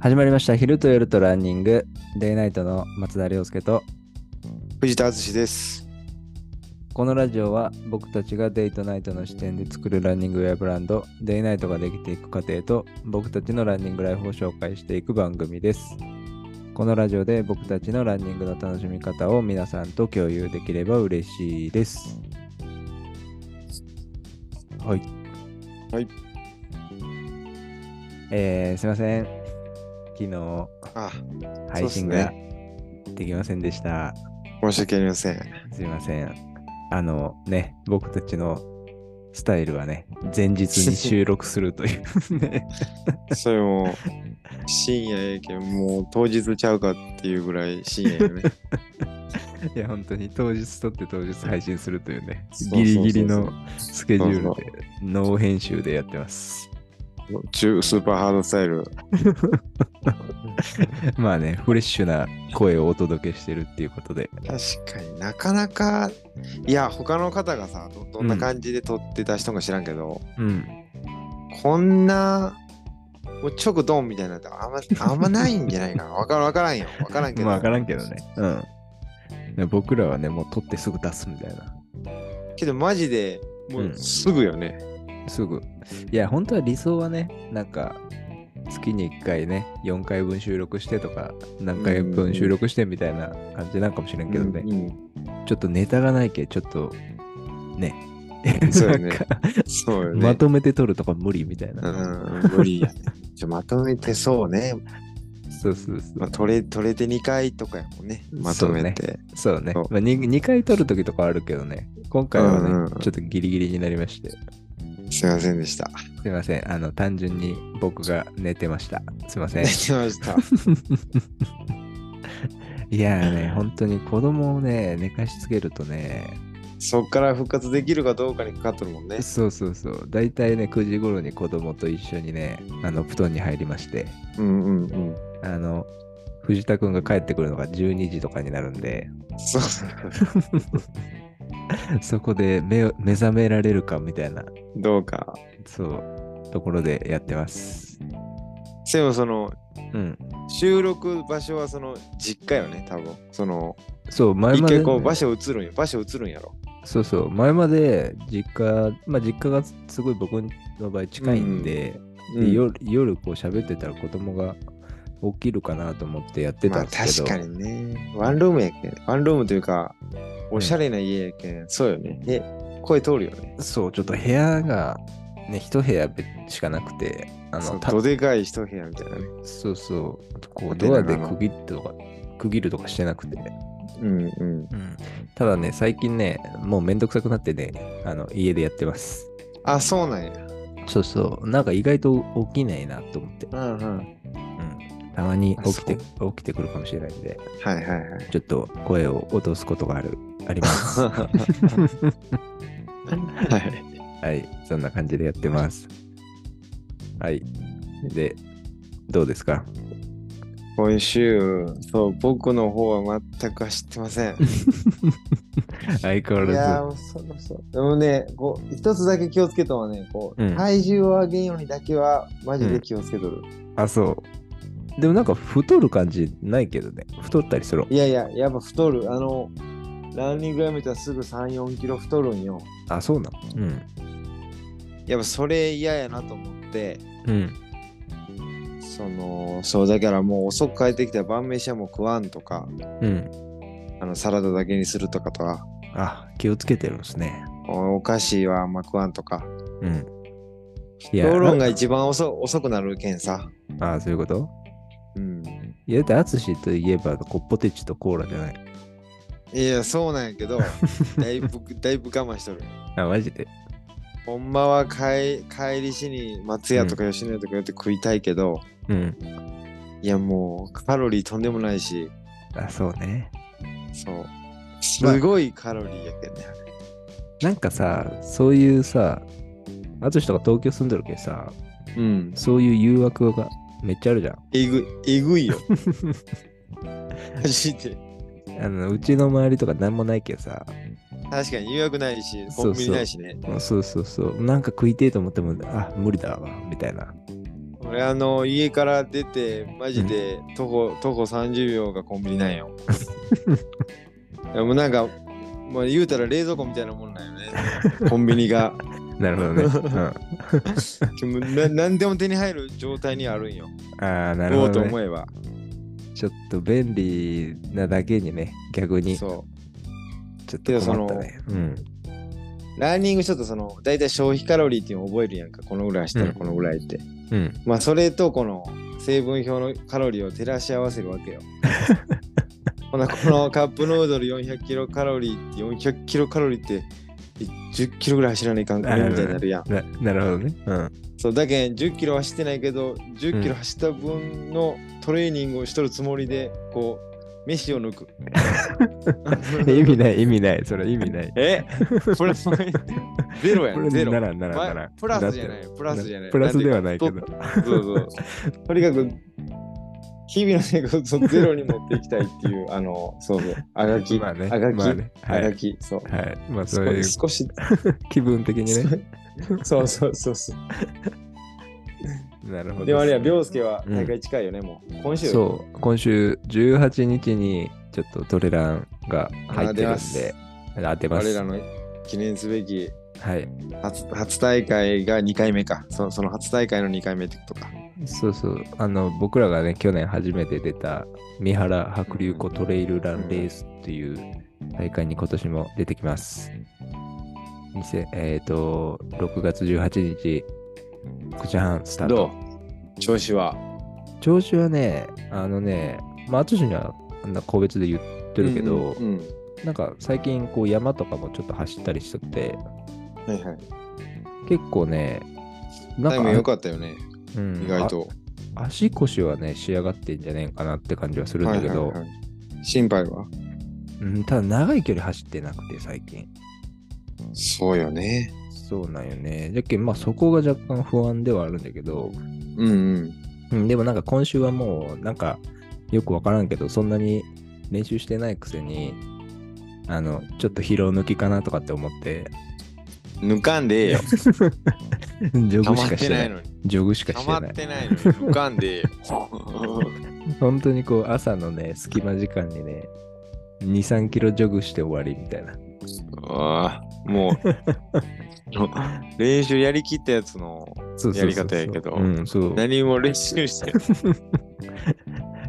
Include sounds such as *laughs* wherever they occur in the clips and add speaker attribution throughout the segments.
Speaker 1: 始まりました。昼と夜とランニング、デイナイトの松田亮介と、
Speaker 2: 藤田敦です。
Speaker 1: このラジオは僕たちがデイとナイトの視点で作るランニングウェアブランド、デイナイトができていく過程と、僕たちのランニングライフを紹介していく番組です。このラジオで僕たちのランニングの楽しみ方を皆さんと共有できれば嬉しいです。はい。
Speaker 2: はい。
Speaker 1: えー、すいません。昨日、
Speaker 2: あ、
Speaker 1: 配信ができませんでした。
Speaker 2: 申し訳ありません。
Speaker 1: すいません。あのね、僕たちのスタイルはね、前日に収録するという、ね。
Speaker 2: *laughs* それも、深夜やけん、もう当日ちゃうかっていうぐらい深夜やね。
Speaker 1: いや、本当に当日撮って当日配信するというね、
Speaker 2: そうそう
Speaker 1: ギ
Speaker 2: そうそ
Speaker 1: リ
Speaker 2: う
Speaker 1: ギリのスケジュールで、ノー編集でやってます。
Speaker 2: 中スーパーハードスタイル。
Speaker 1: まあね、フレッシュな声をお届けしてるっていうことで。
Speaker 2: 確かになかなか、いや、他の方がさ、どどんな感じで撮ってた人か知らんけど、
Speaker 1: うん。
Speaker 2: こんな、もう直ドンみたいなのってあんま、あんまないんじゃない *laughs* かな。わからん、わからんよ。わからんけど。
Speaker 1: まあ、わからんけどね。うん。で僕らはね、もう撮ってすぐ出すみたいな。
Speaker 2: けど、マジで、もうすぐよね。
Speaker 1: すぐ。いや、本当は理想はね、なんか、月に1回ね、4回分収録してとか、何回分収録してみたいな感じなんかもしれんけどね、
Speaker 2: うん
Speaker 1: ちょっとネタがないけ、ちょっと、ね、
Speaker 2: そうよね
Speaker 1: なんか
Speaker 2: そうよね。
Speaker 1: まとめて撮るとか無理みたいな。
Speaker 2: うん、無理やね。
Speaker 1: *laughs*
Speaker 2: ちょまとめてそうね。
Speaker 1: そうそうそ
Speaker 2: まあ、
Speaker 1: う。
Speaker 2: 取れ、取れて2回とかやもんね。まとめて。
Speaker 1: そうね。
Speaker 2: そう
Speaker 1: まあ、2, 回撮るときとかあるけどね、今回はね、
Speaker 2: うんうん
Speaker 1: ちょっとギリギリになりまして、
Speaker 2: すいませんでした。
Speaker 1: すいません、あの、単純に僕が寝てました。すいま
Speaker 2: *laughs*
Speaker 1: せん
Speaker 2: 出。てました。
Speaker 1: いやーね、本当に子供をね、寝かしつけるとね、
Speaker 2: そっから復活できるかどうかにかかっとるもんね。
Speaker 1: そうそうそう。大体ね、9時頃に子供と一緒にね、あの、布団に入りまして、
Speaker 2: うんうんうん。
Speaker 1: あの、藤田くんが帰ってくるのが12時とかになるんで、
Speaker 2: そうそう。
Speaker 1: そこで目を目覚められるかみたいな、
Speaker 2: どうか。
Speaker 1: そう、ところでやってます。
Speaker 2: でもその、
Speaker 1: うん。
Speaker 2: 収録場所はその実家よね、多分。その、
Speaker 1: そう、前
Speaker 2: 一
Speaker 1: まで、
Speaker 2: 回こう場所移るんや。場所移るんやろ。
Speaker 1: そうそう、前まで実家、まあ実家がすごい僕の場合近いんで、
Speaker 2: う
Speaker 1: で
Speaker 2: ん、
Speaker 1: 夜夜こう喋ってたら子供が起きるかなと思ってやってた
Speaker 2: ま
Speaker 1: ん
Speaker 2: あ
Speaker 1: ですけ
Speaker 2: 確
Speaker 1: ど、
Speaker 2: かにね。ワンルームやけん。ワンルームというか、おしゃれな家やけん。そうよね。え、声通るよね。
Speaker 1: そう、ちょっと部屋が、ね、一部屋しかなくて、あ
Speaker 2: そ
Speaker 1: の、
Speaker 2: う
Speaker 1: た
Speaker 2: どでかい一部屋みたいなね。
Speaker 1: そうそう、こう、
Speaker 2: 縦
Speaker 1: ドア
Speaker 2: 長の
Speaker 1: で区切ってとか、区切るとかしてなくて、
Speaker 2: うんうん。
Speaker 1: ただね、最近ね、もうめんどくさくなってね、あの、家でやってます。
Speaker 2: あ、そうなんや。
Speaker 1: そうそう、なんか意外と起きないなと思って、
Speaker 2: うんうん。
Speaker 1: うん。たまに起きて、起
Speaker 2: あ
Speaker 1: きてくるかもしれないんで、
Speaker 2: はいはいはい。
Speaker 1: ちょっと声を落とすことがある、あり *laughs* ます。は
Speaker 2: はい。
Speaker 1: い、そんな感じでやってます。はい。で、どうですか
Speaker 2: 今週、そう、僕の方は全く走ってま
Speaker 1: *laughs*
Speaker 2: せん。
Speaker 1: 相変わ
Speaker 2: いやー、
Speaker 1: ら
Speaker 2: もうそうそう。でもね、こう、一つだけ気をつけとはね、こう、
Speaker 1: うん
Speaker 2: 体重を上げんようにだけは、マジで気をつけと
Speaker 1: ず。
Speaker 2: る。
Speaker 1: あ、そう。でもなんか太る感じないけどね。太ったりする。
Speaker 2: いやいや、やっぱ太る。あの、ランニングやめたらすぐ3、4キロ太るんよ。
Speaker 1: あ、そうなの
Speaker 2: やっぱそれ嫌やなと思って、
Speaker 1: うん。うん。
Speaker 2: その、そう、だからもう遅く帰ってきたら晩飯はもう食わんとか、
Speaker 1: うん。
Speaker 2: あの、サラダだけにするとかとか、
Speaker 1: あ、気をつけてるんですね。
Speaker 2: おお菓子はあんま食わんとか。
Speaker 1: うん。い
Speaker 2: 討論が
Speaker 1: あ
Speaker 2: 一番遅遅くなるけんさ。
Speaker 1: あ、そういうこと
Speaker 2: うん。
Speaker 1: いや、だって、アツシといえば、こうポテチとコーラじゃない。
Speaker 2: いや、そうなんやけど、だいぶ、だいぶ我慢しとる。
Speaker 1: あ、マジで。
Speaker 2: ほんまは帰帰りしに松屋とか吉野家とか寄って食いたいけど、
Speaker 1: うん。
Speaker 2: いやもうカロリーとんでもないし、
Speaker 1: あ、そうね。
Speaker 2: そう。すごいカロリーやけんね。
Speaker 1: なんかさ、そういうさ、アツシとか東京住んでるけどさ、
Speaker 2: うん。
Speaker 1: そういう誘惑がめっちゃあるじゃん。
Speaker 2: えぐい、えぐいよ。マジで。
Speaker 1: あの、うちの周りとかなんもないけどさ、
Speaker 2: 確かに予約ないし、
Speaker 1: そうそう
Speaker 2: コンビニないしね。
Speaker 1: そうそうそう、なんか食いてえと思っても、あ、無理だわ、みたいな。
Speaker 2: 俺あの家から出てマジで徒歩徒歩30秒がコンビニな
Speaker 1: *laughs*
Speaker 2: んよでもなんかまあ言うたら冷蔵庫みたいなもんなんよねコンビニ
Speaker 1: *laughs*
Speaker 2: が
Speaker 1: なるほど
Speaker 2: *laughs*
Speaker 1: ね。う
Speaker 2: でもな何でも手に入る状態にあるんよ
Speaker 1: ん、ああ、なる
Speaker 2: 食お
Speaker 1: ほ
Speaker 2: うと
Speaker 1: ど、ね。
Speaker 2: 思えば
Speaker 1: ちょっと便利なだけにね、逆にちょ
Speaker 2: そ
Speaker 1: っと困ったね。うん。
Speaker 2: うランニングちょっとその大体消費カロリーっていうのを覚えるやんかこのぐらいした
Speaker 1: う
Speaker 2: ら
Speaker 1: ん
Speaker 2: このぐらいって、
Speaker 1: うん。
Speaker 2: まあそれとこの成分表のカロリーを照らし合わせる
Speaker 1: *laughs*
Speaker 2: わけよ。ほなこのカップヌードル400キロカロリーって400キロカロリーって10キロぐらい走らないかんくねみたいになるやん。
Speaker 1: ななるほどね。うん。
Speaker 2: そうだけん10キロ走ってないけど10キロ走った分のトレーニングをしとるつもりでこう飯を抜
Speaker 1: *laughs*
Speaker 2: く。 *laughs*
Speaker 1: 意味ない、意味ない、それ意味
Speaker 2: *laughs*
Speaker 1: ない。
Speaker 2: えこれもうゼロや
Speaker 1: こ
Speaker 2: ん
Speaker 1: れ
Speaker 2: ゼ
Speaker 1: な
Speaker 2: ロ。
Speaker 1: らんならんならん
Speaker 2: まプラスじゃないよプラスじゃない
Speaker 1: プラスではないけ
Speaker 2: な
Speaker 1: ど。
Speaker 2: そうそう。とにかく、日々の生活をゼロに持っていきたいって
Speaker 1: *laughs*
Speaker 2: いう、あの、そうそう。あがき、
Speaker 1: まあね。
Speaker 2: あがき、
Speaker 1: まあね。は
Speaker 2: あ
Speaker 1: い。は
Speaker 2: が
Speaker 1: い。
Speaker 2: き、そう。
Speaker 1: まあそういう
Speaker 2: 少し、
Speaker 1: 気分的にね。
Speaker 2: *laughs* そうそうそうそう。
Speaker 1: なるほど。
Speaker 2: でもあれや、凌介は
Speaker 1: うん
Speaker 2: 大会近いよね、もう。今週、
Speaker 1: そう、今週18日にちょっとトレランが入ってるんで、当てま
Speaker 2: 我
Speaker 1: す
Speaker 2: ら。の記念すべき
Speaker 1: はい。
Speaker 2: 初初大会が2回目か。そその初大会の2回目ってことか。
Speaker 1: そうそう、あの、僕らがね、去年初めて出た、三原白竜湖トレイルランレースっていう大会に今年も出てきます。2000えっ、と、6月18日、9時半スタート。
Speaker 2: どう調子は。
Speaker 1: 調子はね、あのね、まあ、淳にはあんな個別で言ってるけど、
Speaker 2: うんうん
Speaker 1: なんか最近、こう、山とかもちょっと走ったりしとって、
Speaker 2: うんはいはい。
Speaker 1: 結構ね、な
Speaker 2: タイム良
Speaker 1: んか、
Speaker 2: かったよね、
Speaker 1: うん
Speaker 2: 意外と。
Speaker 1: あ足腰はね、仕上がってんじゃねえんかなって感じはするんだけど、
Speaker 2: い。心配は
Speaker 1: うんただ長い距離走ってなくて、最近。
Speaker 2: そうよね。
Speaker 1: そうなんよね。じゃっけん、まあそこが若干不安ではあるんだけど、
Speaker 2: うんうん。
Speaker 1: うん、でもなんか今週はもう、なんかよくわからんけど、そんなに練習してないくせに、あの、ちょっと疲労抜きかなとかって思
Speaker 2: *laughs*
Speaker 1: って、
Speaker 2: 抜かんでええよ。
Speaker 1: ジョ
Speaker 2: 溜
Speaker 1: グ
Speaker 2: ま
Speaker 1: し
Speaker 2: っ
Speaker 1: かしててな
Speaker 2: ない
Speaker 1: い。
Speaker 2: のに。
Speaker 1: ジョグしか
Speaker 2: 溜
Speaker 1: して
Speaker 2: ま
Speaker 1: な
Speaker 2: っ
Speaker 1: い。
Speaker 2: てないのに。抜かんでええよ。
Speaker 1: 本当にこう、朝のね、隙間時間にね、2、3キロジョグして終わりみたいな。
Speaker 2: ああ、もう、練習やりきったやつの
Speaker 1: そうそうそうそう
Speaker 2: やり方やけど
Speaker 1: うん、そう。い
Speaker 2: 何も練習してない。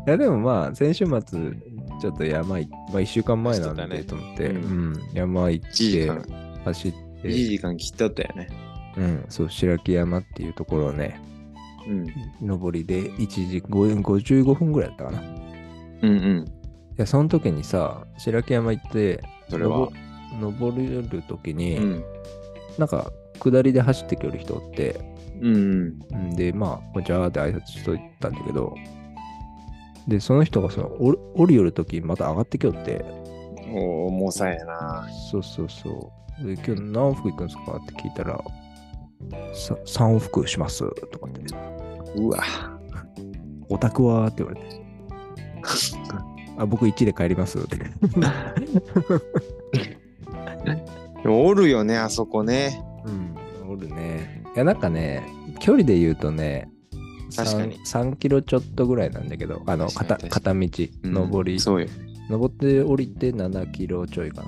Speaker 1: や、でもまあ、先週末、ちょっと山行っまあ、1週間前なんで、
Speaker 2: そうだね
Speaker 1: と思って、う、
Speaker 2: うん
Speaker 1: 山行っ
Speaker 2: 1時間
Speaker 1: て、、走っ
Speaker 2: 1
Speaker 1: て、
Speaker 2: 時間切ったったよね。
Speaker 1: うん、そう、白木山っていうところをね、
Speaker 2: うん。
Speaker 1: 上りで1時5 55分ぐらいだったかな。い
Speaker 2: うんうん。
Speaker 1: や、その時にさ、白木山行って、
Speaker 2: それは。
Speaker 1: のぼ登れる時に、
Speaker 2: うん。
Speaker 1: なんか、下りで走ってくる人おって、
Speaker 2: うんうん。
Speaker 1: んで、まあ、こんにちはって挨拶しといたんだけど、で、その人がその、お降りよるときまた上がってきよって、
Speaker 2: おお、重さやな。
Speaker 1: そうそうそう。で、今日何往復行くんですかって聞いたら、さ3往復しますとかって、
Speaker 2: うわ。
Speaker 1: オタクはって言われて、あ、僕1で帰りますって。
Speaker 2: でもおるよね、あそこね。
Speaker 1: うん、おるね。いや、なんかね、距離で言うとね、
Speaker 2: 確かに
Speaker 1: 3キロちょっとぐらいなんだけど、あの、
Speaker 2: 確か
Speaker 1: 片
Speaker 2: に確
Speaker 1: 片道、
Speaker 2: うん
Speaker 1: 上り、
Speaker 2: そうよ。
Speaker 1: 登って降りて7キロちょいか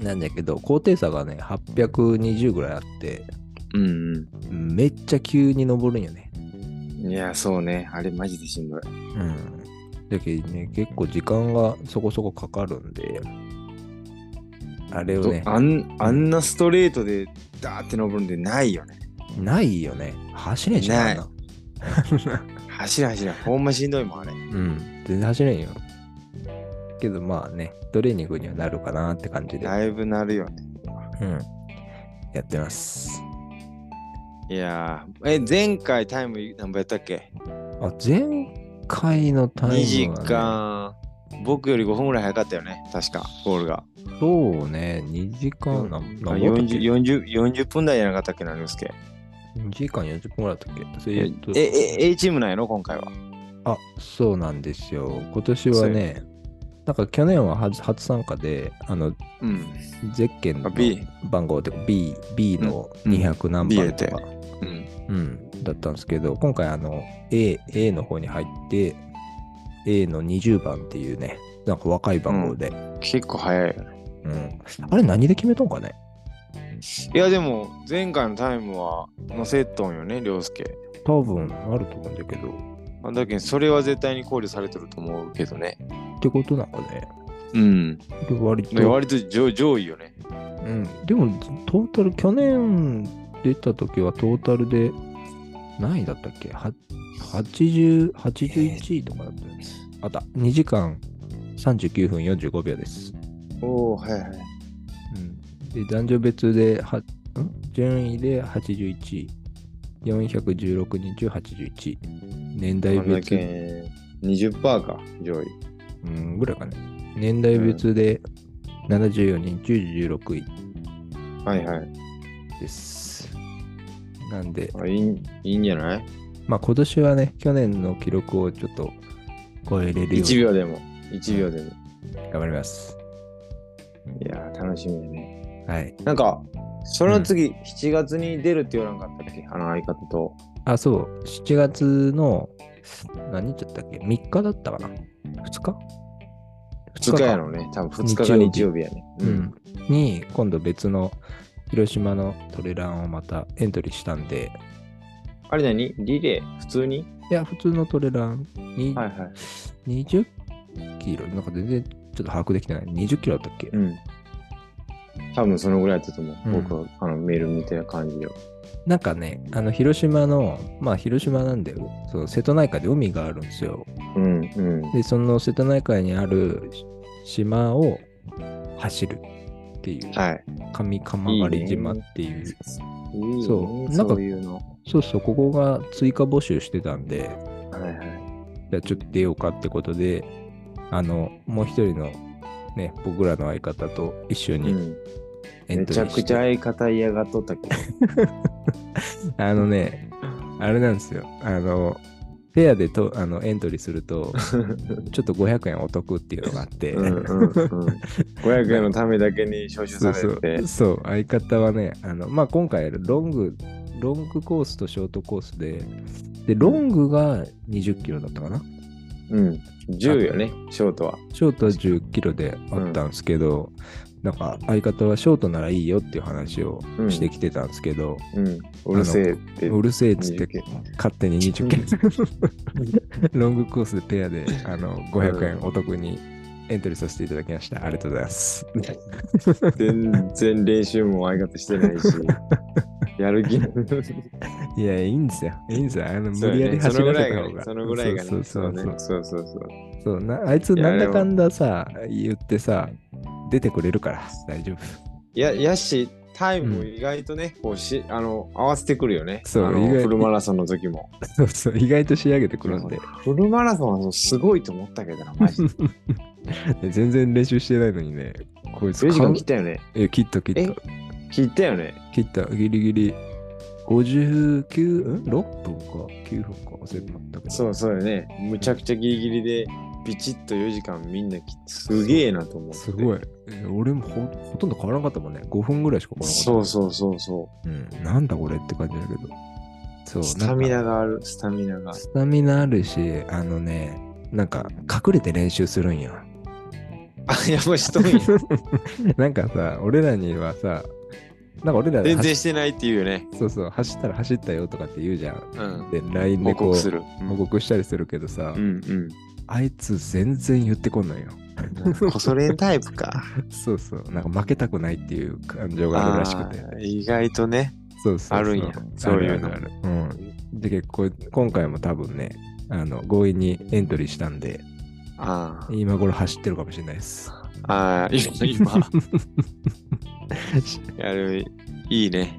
Speaker 1: な。なんだけど、高低差がね、820ぐらいあって、
Speaker 2: うんう
Speaker 1: めっちゃ急に登るんよね。
Speaker 2: ん。いや、そうね。あれ、マジでしんどい。
Speaker 1: うん。だけどね、結構時間がそこそこかかるんで、あれをね、
Speaker 2: あんあんなストレートでダーって登るんでないよね。
Speaker 1: ないよね。走れんしな。あんな
Speaker 2: 走ら走ら、ほんましんどいもんあれ。
Speaker 1: うん、全然走れんよ。けどまあね、トレーニングにはなるかなって感じで、
Speaker 2: だいぶなるよね。
Speaker 1: うん、やってます。
Speaker 2: いやー、え、前回タイム何倍やったっけ
Speaker 1: あ、前回のタ
Speaker 2: ?2
Speaker 1: イ
Speaker 2: 時
Speaker 1: ムは、ね、
Speaker 2: 間、僕より5分ぐらい早かったよね、確か、ゴールが。
Speaker 1: そうね、2時間な、
Speaker 2: あ
Speaker 1: 何分だっけ
Speaker 2: 40, 40, 40分台じゃなかったっけな、りすけ。
Speaker 1: 2時間40分ぐらいだったっけ
Speaker 2: え
Speaker 1: えっと、
Speaker 2: え、A チームなんやろ、今回は。
Speaker 1: あ、そうなんですよ。今年はね、なんか去年は初初参加で、あの、
Speaker 2: うん。
Speaker 1: ゼッケンの
Speaker 2: あ B
Speaker 1: 番号で B、B の200何番とか、
Speaker 2: うん。
Speaker 1: うん、だったんですけど、今回あの A、A の方に入って、A の20番っていうね、なんか若い番号で。
Speaker 2: 結構早いよね。
Speaker 1: うんあれ何で決めとんかね
Speaker 2: いや、でも、前回のタイムは載せとんよね、涼介。
Speaker 1: 多分あると思うんだけど。っ
Speaker 2: まあだけど、それは絶対に考慮されてると思うけどね。
Speaker 1: てことなんかね。
Speaker 2: うん。
Speaker 1: で割と
Speaker 2: で割と上上位よね。
Speaker 1: うん、でもトータル去年出た時はトータルで何位だったっけは80 ?81 位とかだったよね。あった。2時間39分45秒です。
Speaker 2: おお、はいはい。
Speaker 1: うん、で男女別ではん順位で81位。416人中81位。年代
Speaker 2: こんだ
Speaker 1: 別、
Speaker 2: け20%か、上位。
Speaker 1: うん、ぐらいかね。年代別で74人中16位
Speaker 2: はいはい。
Speaker 1: です。なんで、
Speaker 2: あいいんいいんじゃない
Speaker 1: まあ今年はね、去年の記録をちょっと超えれるよう
Speaker 2: ?1
Speaker 1: に
Speaker 2: 秒でも、1秒でも。
Speaker 1: 頑張ります。
Speaker 2: いやー、楽しみやね。
Speaker 1: はい。
Speaker 2: なんか、その次、7月に出るって言わなかったっけあの相方と。
Speaker 1: あ、そう、7月の何日だったっけ ?3 日だったかな ?2 日
Speaker 2: 2日やろうね。多分2日が
Speaker 1: 日曜日
Speaker 2: 日曜日やね。
Speaker 1: う。ん。に、今度別の広島のトレランをまたエントリーしたんで、
Speaker 2: あれ何リレー普通に
Speaker 1: いや、普通のトレランに
Speaker 2: はいはい。
Speaker 1: 20キロ、なんか全然ちょっと把握できてない。20キロだったっけ、
Speaker 2: うん。多分そのぐらいだったと思う。
Speaker 1: うん
Speaker 2: 僕はあのメール見てる感じでは。
Speaker 1: なんかね、あの、広島の、まあ広島なんだよ。そう、瀬戸内海で海があるんですよ。
Speaker 2: うんうん。
Speaker 1: でその瀬戸内海にあるし島を走るっていう
Speaker 2: はい。
Speaker 1: 上鎌狩島っていう
Speaker 2: いいね
Speaker 1: そうなんか
Speaker 2: そういうの。
Speaker 1: そうそうここが追加募集してたんで
Speaker 2: はいはい。
Speaker 1: じゃあちょっと出ようかってことであのもう一人のね僕らの相方と一緒
Speaker 2: う
Speaker 1: に
Speaker 2: ん、
Speaker 1: エン
Speaker 2: め
Speaker 1: ト
Speaker 2: ち
Speaker 1: リ
Speaker 2: ゃ
Speaker 1: ー
Speaker 2: く
Speaker 1: し
Speaker 2: ち
Speaker 1: て、
Speaker 2: ゃ相方嫌がっとったけど。
Speaker 1: あのねあれなんですよあのフェアでとあのエントリーすると
Speaker 2: *laughs*
Speaker 1: ちょっと500円お得っていうのがあって、
Speaker 2: うんうんうん、500円のためだけに招集
Speaker 1: そ
Speaker 2: さ
Speaker 1: うそ
Speaker 2: れ
Speaker 1: う
Speaker 2: て。
Speaker 1: そう相方はねあの、まあ、今回ロングロングコースとショートコースででロングが2 0キロだったかな
Speaker 2: うん。10よね、ショートは。
Speaker 1: ショートは1 0キロであったんですけど、なんか相方はショートならいいよっていう話を
Speaker 2: うん
Speaker 1: してきてたんですけど、
Speaker 2: うん。うるせえって。
Speaker 1: うるせえっつって
Speaker 2: 20キロ
Speaker 1: 勝手に2 0キロロングコースでペアであの500円お得にエントリーさせていただきましたありがとうございます
Speaker 2: 全然練習も相方し
Speaker 1: *laughs*
Speaker 2: てないし。やる気ない
Speaker 1: いやいいんですよいいんですよあの
Speaker 2: そう
Speaker 1: 無理や
Speaker 2: や
Speaker 1: り
Speaker 2: ねそ
Speaker 1: 走
Speaker 2: のぐ
Speaker 1: ら
Speaker 2: ら
Speaker 1: せた
Speaker 2: いが
Speaker 1: 方
Speaker 2: ね
Speaker 1: が
Speaker 2: そのぐらいがね
Speaker 1: そうそうそうそう
Speaker 2: そうそうそうそう
Speaker 1: そうなあいつ
Speaker 2: いや
Speaker 1: なんだかんださ言ってさ出てくれるから大丈夫
Speaker 2: いややしタイムも意外とね、こうしあの合わせてくるよね
Speaker 1: そう
Speaker 2: あ
Speaker 1: 意外
Speaker 2: の
Speaker 1: と
Speaker 2: フルマラソンの時も
Speaker 1: そうそう意外と仕上げてくるんで
Speaker 2: フルマラソンはすごいと思ったけどなマ
Speaker 1: *laughs*
Speaker 2: ジで
Speaker 1: で全然練習してないのにねこいつ
Speaker 2: 4時
Speaker 1: か
Speaker 2: 間
Speaker 1: ん
Speaker 2: 切ったよね
Speaker 1: え切った切
Speaker 2: え
Speaker 1: った
Speaker 2: 切ったよね
Speaker 1: 切ったギリギリ59ん6分か9分か忘れてまったけど
Speaker 2: そうそうよねむちゃくちゃギリギリでビチッと4時間みんな切ってすげえなと思って
Speaker 1: すご
Speaker 2: い
Speaker 1: いえ俺もほほとんど変わらなかったもんね5分ぐらいしか変わらなかった
Speaker 2: そうそうそうそ
Speaker 1: うん、なんだこれって感じだけどそうう
Speaker 2: スタミ
Speaker 1: なんか
Speaker 2: ナがあるスタミナが
Speaker 1: スタミナあるしあのねなんか隠れて練習するんよ
Speaker 2: あやば *laughs* いしと
Speaker 1: *laughs*
Speaker 2: んや
Speaker 1: なんかさ、俺らにはさ、なんか俺ら
Speaker 2: 全然
Speaker 1: 走
Speaker 2: してないっていうよね
Speaker 1: そうそう走ったら走ったよとかって言うじゃん。
Speaker 2: うん
Speaker 1: で、LINE で
Speaker 2: 報
Speaker 1: こう、
Speaker 2: 告する
Speaker 1: 報告したりするけどさ、
Speaker 2: うんうん
Speaker 1: あいつ全然言ってこんのよ。 *laughs*
Speaker 2: こそれんタイプか。
Speaker 1: そうそう、なんか負けたくないっていう感情があるらしくて。
Speaker 2: あー意外とね。
Speaker 1: そうそうそう
Speaker 2: あるんやそういうの
Speaker 1: あるあるあるうん。で、結構、今回も多分ね、あの強引にエントリーしたんで、
Speaker 2: あー
Speaker 1: 今頃走ってるかもしれない
Speaker 2: *laughs*
Speaker 1: です。
Speaker 2: あー、今、今やる、いいね。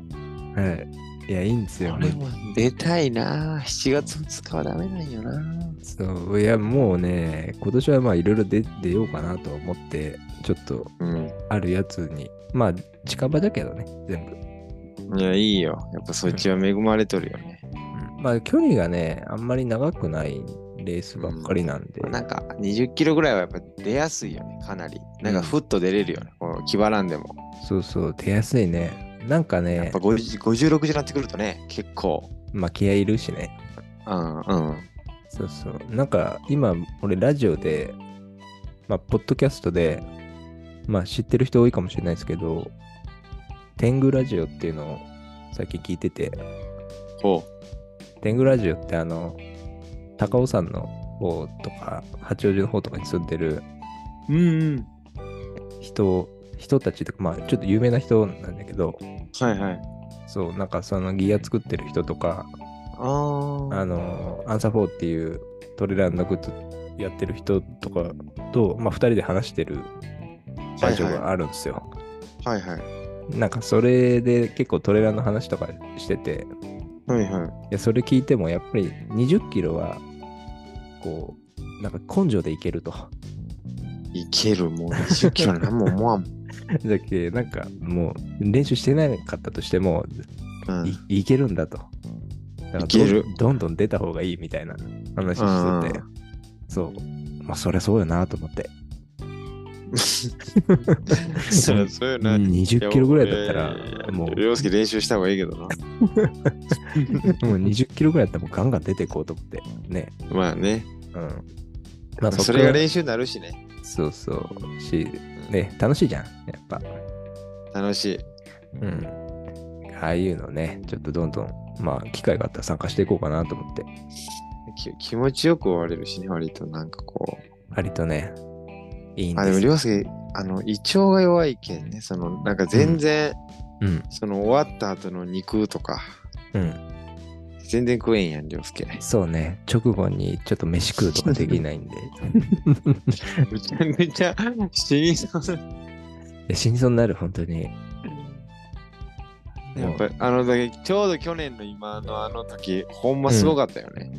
Speaker 1: はい。いや、いいんですよ。
Speaker 2: 俺も出たいな。7月2日はダメなんよな。
Speaker 1: そういやもうね今年はまあいろいろ出出ようかなと思ってちょっと
Speaker 2: う
Speaker 1: あるやつにまあ近場だけどね全部、
Speaker 2: ん。いや、いいよ。やっぱそっちは恵まれとるよね。
Speaker 1: まあ距離がねあんまり長くないレースばっかりなんで、
Speaker 2: なんか20キロぐらいはやっぱ出やすいよね、かなり。なんかふっと出れるよね、こう気張らんでも。
Speaker 1: そうそう出やすいねなんか
Speaker 2: やっ
Speaker 1: ね
Speaker 2: ぱ、50 56時になってくるとね、結構。
Speaker 1: まあ、気合いるしね。
Speaker 2: うんうん。
Speaker 1: そうそう。なんか、今、俺、ラジオで、まあ、ポッドキャストで、まあ、知ってる人多いかもしれないですけど、天狗ラジオっていうのを最近聞いてて、
Speaker 2: お
Speaker 1: 天狗ラジオってあの、高尾山の方とか、八王子の方とかに住んでる
Speaker 2: うんうん。
Speaker 1: 人、人たちとか、まあ、ちょっと有名な人なんだけど、
Speaker 2: はいはい。
Speaker 1: そう、なんかそのギア作ってる人とか、
Speaker 2: ああ。
Speaker 1: あの、アンサー4っていうトレランのグッズやってる人とかと、まあ、2人で話してるラジオがあるんですよ。
Speaker 2: はいはい。
Speaker 1: なんかそれで結構トレランの話とかしてて、
Speaker 2: はいはい。
Speaker 1: いやそれ聞いてもやっぱり20キロは、こう、なんか根性でいけると。
Speaker 2: いける、もう20キロなんも思わんもん。
Speaker 1: だっけなんかもう練習してなかったとしても、
Speaker 2: うん、
Speaker 1: いいけるんだと。だから
Speaker 2: いける
Speaker 1: どんどんどん出た方がいいみたいな話してて
Speaker 2: う、
Speaker 1: そう。まあそりゃそうよなと思って。
Speaker 2: *laughs* *laughs* そりゃそうよな。
Speaker 1: うん20キロぐらいだったら
Speaker 2: いやいやいや
Speaker 1: もう
Speaker 2: 凌介練習した方がいいけど
Speaker 1: *laughs*
Speaker 2: な。
Speaker 1: もう20キロぐらいだったらもうガンガン出ていこうと思って。ね。
Speaker 2: まあね。
Speaker 1: うん。まあ
Speaker 2: そ
Speaker 1: っ
Speaker 2: れ
Speaker 1: か
Speaker 2: が
Speaker 1: ら
Speaker 2: 練習になるしね。
Speaker 1: そうそう。し、ね、楽しいじゃん。やっぱ。
Speaker 2: 楽しい。
Speaker 1: うん。ああいうのね、ちょっとどんどん、まあ、機会があったら参加していこうかなと思って。
Speaker 2: き気持ちよく終われるしね、割となんかこう。
Speaker 1: 割とね、いいん
Speaker 2: あ、でも
Speaker 1: ですよ。
Speaker 2: 凌介、あの、胃腸が弱いけんね、その、なんか全然、
Speaker 1: うん。
Speaker 2: その終わった後の肉とか、
Speaker 1: うん。
Speaker 2: 全然食えんやん、凌介。
Speaker 1: *laughs* そうね。直後にちょっと飯食うとかできないんで。
Speaker 2: めちゃめちゃ死にそうだ
Speaker 1: いや死にそうになる、本当に。
Speaker 2: やっぱりあの時ちょうど去年の今のあの時ほんますごかったよね。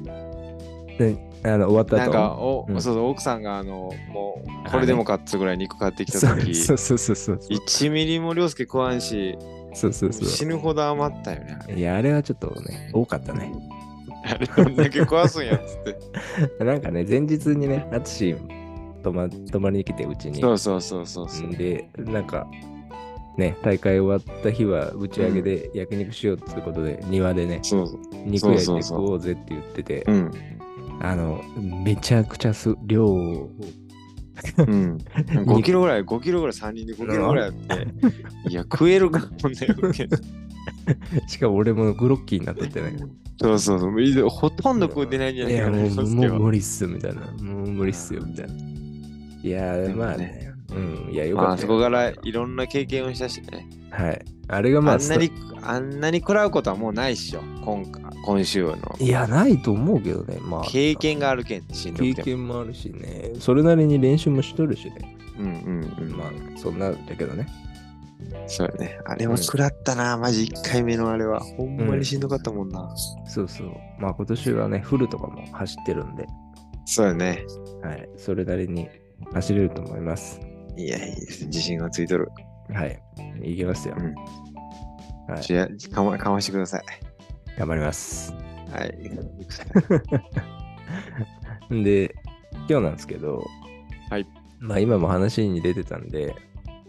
Speaker 1: あの終わった
Speaker 2: なん
Speaker 1: 後
Speaker 2: かお、
Speaker 1: うん
Speaker 2: そうそう奥さんがあのもうこれでもかっつぐらい肉買ってきた時、
Speaker 1: そうそうそうそうそう
Speaker 2: 1ミリも涼介食わんし
Speaker 1: そうそうそ
Speaker 2: 死ぬほど余ったよね。
Speaker 1: ういやあれはちょっとね多かったね
Speaker 2: あれどんだけ壊すんやっつ
Speaker 1: *laughs*
Speaker 2: って。
Speaker 1: なんかね前日にね淳泊ま泊まりに来てうちに
Speaker 2: そうそうそうそうそう。
Speaker 1: でなんかね大会終わった日は打ち上げで焼肉しようっていうことで、庭でね
Speaker 2: そうそう。
Speaker 1: 肉
Speaker 2: そう
Speaker 1: 焼い
Speaker 2: そ
Speaker 1: て
Speaker 2: うそう
Speaker 1: 食おうぜって言ってて
Speaker 2: うん。
Speaker 1: あのめちゃくちゃす量を
Speaker 2: うん。5キロぐらい、5キロぐらい、3人で5キロぐらいあって。いや、食えるかもね。
Speaker 1: しかも俺もグロッキーになっててね
Speaker 2: そうそうそういや。ほとんど食うてないんじゃない
Speaker 1: い
Speaker 2: か
Speaker 1: や
Speaker 2: な
Speaker 1: もう
Speaker 2: 涼
Speaker 1: も
Speaker 2: 介
Speaker 1: う
Speaker 2: は
Speaker 1: 無理っすよみたいなもう無理っすよみたいないやー
Speaker 2: でもね
Speaker 1: まあねうんいやよ
Speaker 2: ま
Speaker 1: か
Speaker 2: あ
Speaker 1: った
Speaker 2: そ
Speaker 1: よ
Speaker 2: こからいろんな経験をしたしね。
Speaker 1: はいあれがまあ
Speaker 2: あんなに、あんなに食らうことはもうないっしょ。今回今週の。
Speaker 1: いやないと思うけどねまあ
Speaker 2: 経験があるけん、しんど
Speaker 1: 経
Speaker 2: くても。
Speaker 1: 験もあるしねそれなりに練習もしとるしね
Speaker 2: うんうんうん。
Speaker 1: まあそんなんだけどね
Speaker 2: そうやね。あれも食らったな、マジ1回目のあれは。ほんま
Speaker 1: うん
Speaker 2: にしんどかったもんな。
Speaker 1: そうそう。まあ今年はね、フルとかも走ってるんで、
Speaker 2: そうやね。
Speaker 1: はい。それなりに走れると思います。
Speaker 2: いや、いいです。自信がついとる。
Speaker 1: はい。いけますよ。
Speaker 2: うん
Speaker 1: はい
Speaker 2: じゃあかま、かましてください。
Speaker 1: 頑張ります。
Speaker 2: はい。
Speaker 1: んで、今日なんですけど、
Speaker 2: はい。
Speaker 1: まあ今も話に出てたんで、